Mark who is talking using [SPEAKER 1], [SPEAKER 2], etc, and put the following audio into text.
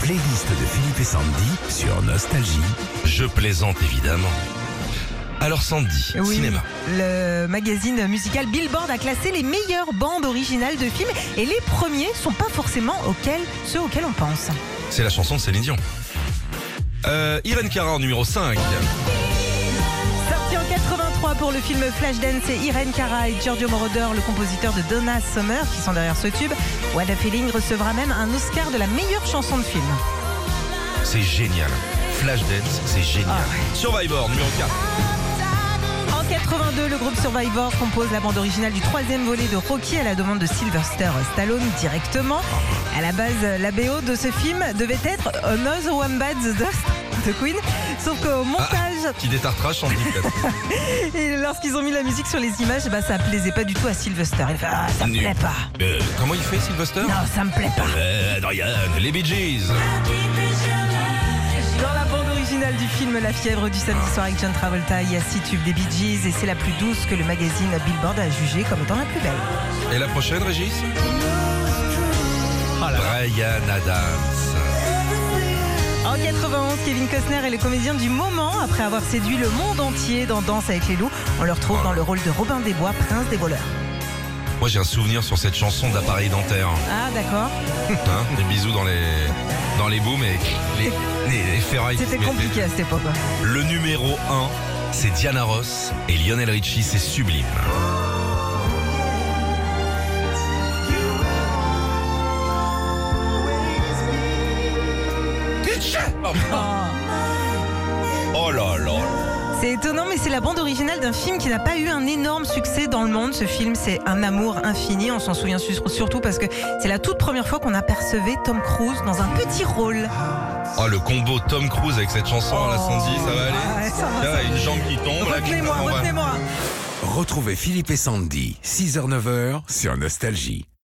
[SPEAKER 1] playlist de Philippe et Sandy sur Nostalgie.
[SPEAKER 2] Je plaisante évidemment. Alors Sandy,
[SPEAKER 3] Oui.
[SPEAKER 2] cinéma.
[SPEAKER 3] Le magazine musical Billboard a classé les meilleures bandes originales de films et les premiers sont pas forcément auxquels, ceux auxquels on pense.
[SPEAKER 2] C'est la chanson de Céline Dion. Euh, Irene Cara en numéro 5.
[SPEAKER 3] Sorti en 83 pour le film Flashdance, c'est Irene Cara et Giorgio Moroder, le compositeur de Donna Summer, qui sont derrière ce tube. What a Feeling recevra même un Oscar de la meilleure chanson de film.
[SPEAKER 2] C'est génial. Flashdance, c'est génial.
[SPEAKER 3] Ah
[SPEAKER 2] Survivor numéro 4.
[SPEAKER 3] En 82, le groupe Survivor compose la bande originale du troisième volet de Rocky à la demande de Sylvester Stallone directement. À la base, la BO de ce film devait être Another One Bad the Dust de Queen, sauf qu'au montage,
[SPEAKER 2] Qui détartera Sandy peut-être.
[SPEAKER 3] et lorsqu'ils ont mis la musique sur les images, bah, ça plaisait pas du tout à Sylvester. Il fait Ah, ça me
[SPEAKER 2] Nul.
[SPEAKER 3] plaît pas.
[SPEAKER 2] Euh, comment il fait Sylvester
[SPEAKER 3] Non, ça me plaît pas.
[SPEAKER 2] Euh, Adrian, les Bee Gees.
[SPEAKER 3] Dans la bande originale du film La fièvre du samedi soir avec John Travolta, il y a six tubes des Bee Gees et c'est la plus douce que le magazine Billboard a jugée comme étant la plus belle.
[SPEAKER 2] Et la prochaine, Régis
[SPEAKER 3] Ah
[SPEAKER 2] Brian Adams.
[SPEAKER 3] En 91, Kevin Costner est le comédien du moment après avoir séduit le monde entier dans Danse avec les loups. On le retrouve dans le rôle de Robin des Bois, prince des voleurs.
[SPEAKER 2] Moi j'ai un souvenir sur cette chanson d'appareil dentaire.
[SPEAKER 3] Ah d'accord,
[SPEAKER 2] Hein, des bisous dans les dans les booms et les, les, les ferrailles. qui
[SPEAKER 3] c'était
[SPEAKER 2] se mettaient.
[SPEAKER 3] compliqué à cette époque.
[SPEAKER 2] Le numéro 1, c'est Diana Ross et Lionel Richie, c'est sublime. Oh là là.
[SPEAKER 3] C'est étonnant, mais c'est la bande originale d'un film qui n'a pas eu un énorme succès dans le monde. Ce film, c'est Un amour infini. On s'en souvient su- surtout parce que c'est la toute première fois qu'on apercevait Tom Cruise dans un petit rôle.
[SPEAKER 2] Oh le combo Tom Cruise avec cette chanson à la Sandy, ça va aller
[SPEAKER 3] Oh, Ouais, ça va, ça
[SPEAKER 2] Tiens,
[SPEAKER 3] va.
[SPEAKER 2] Une jambe qui tombe. là, qui
[SPEAKER 3] Retenez-moi,
[SPEAKER 2] tombe, ouais.
[SPEAKER 3] retenez-moi.
[SPEAKER 1] Retrouvez Philippe et Sandy, 6h-9h sur Nostalgie.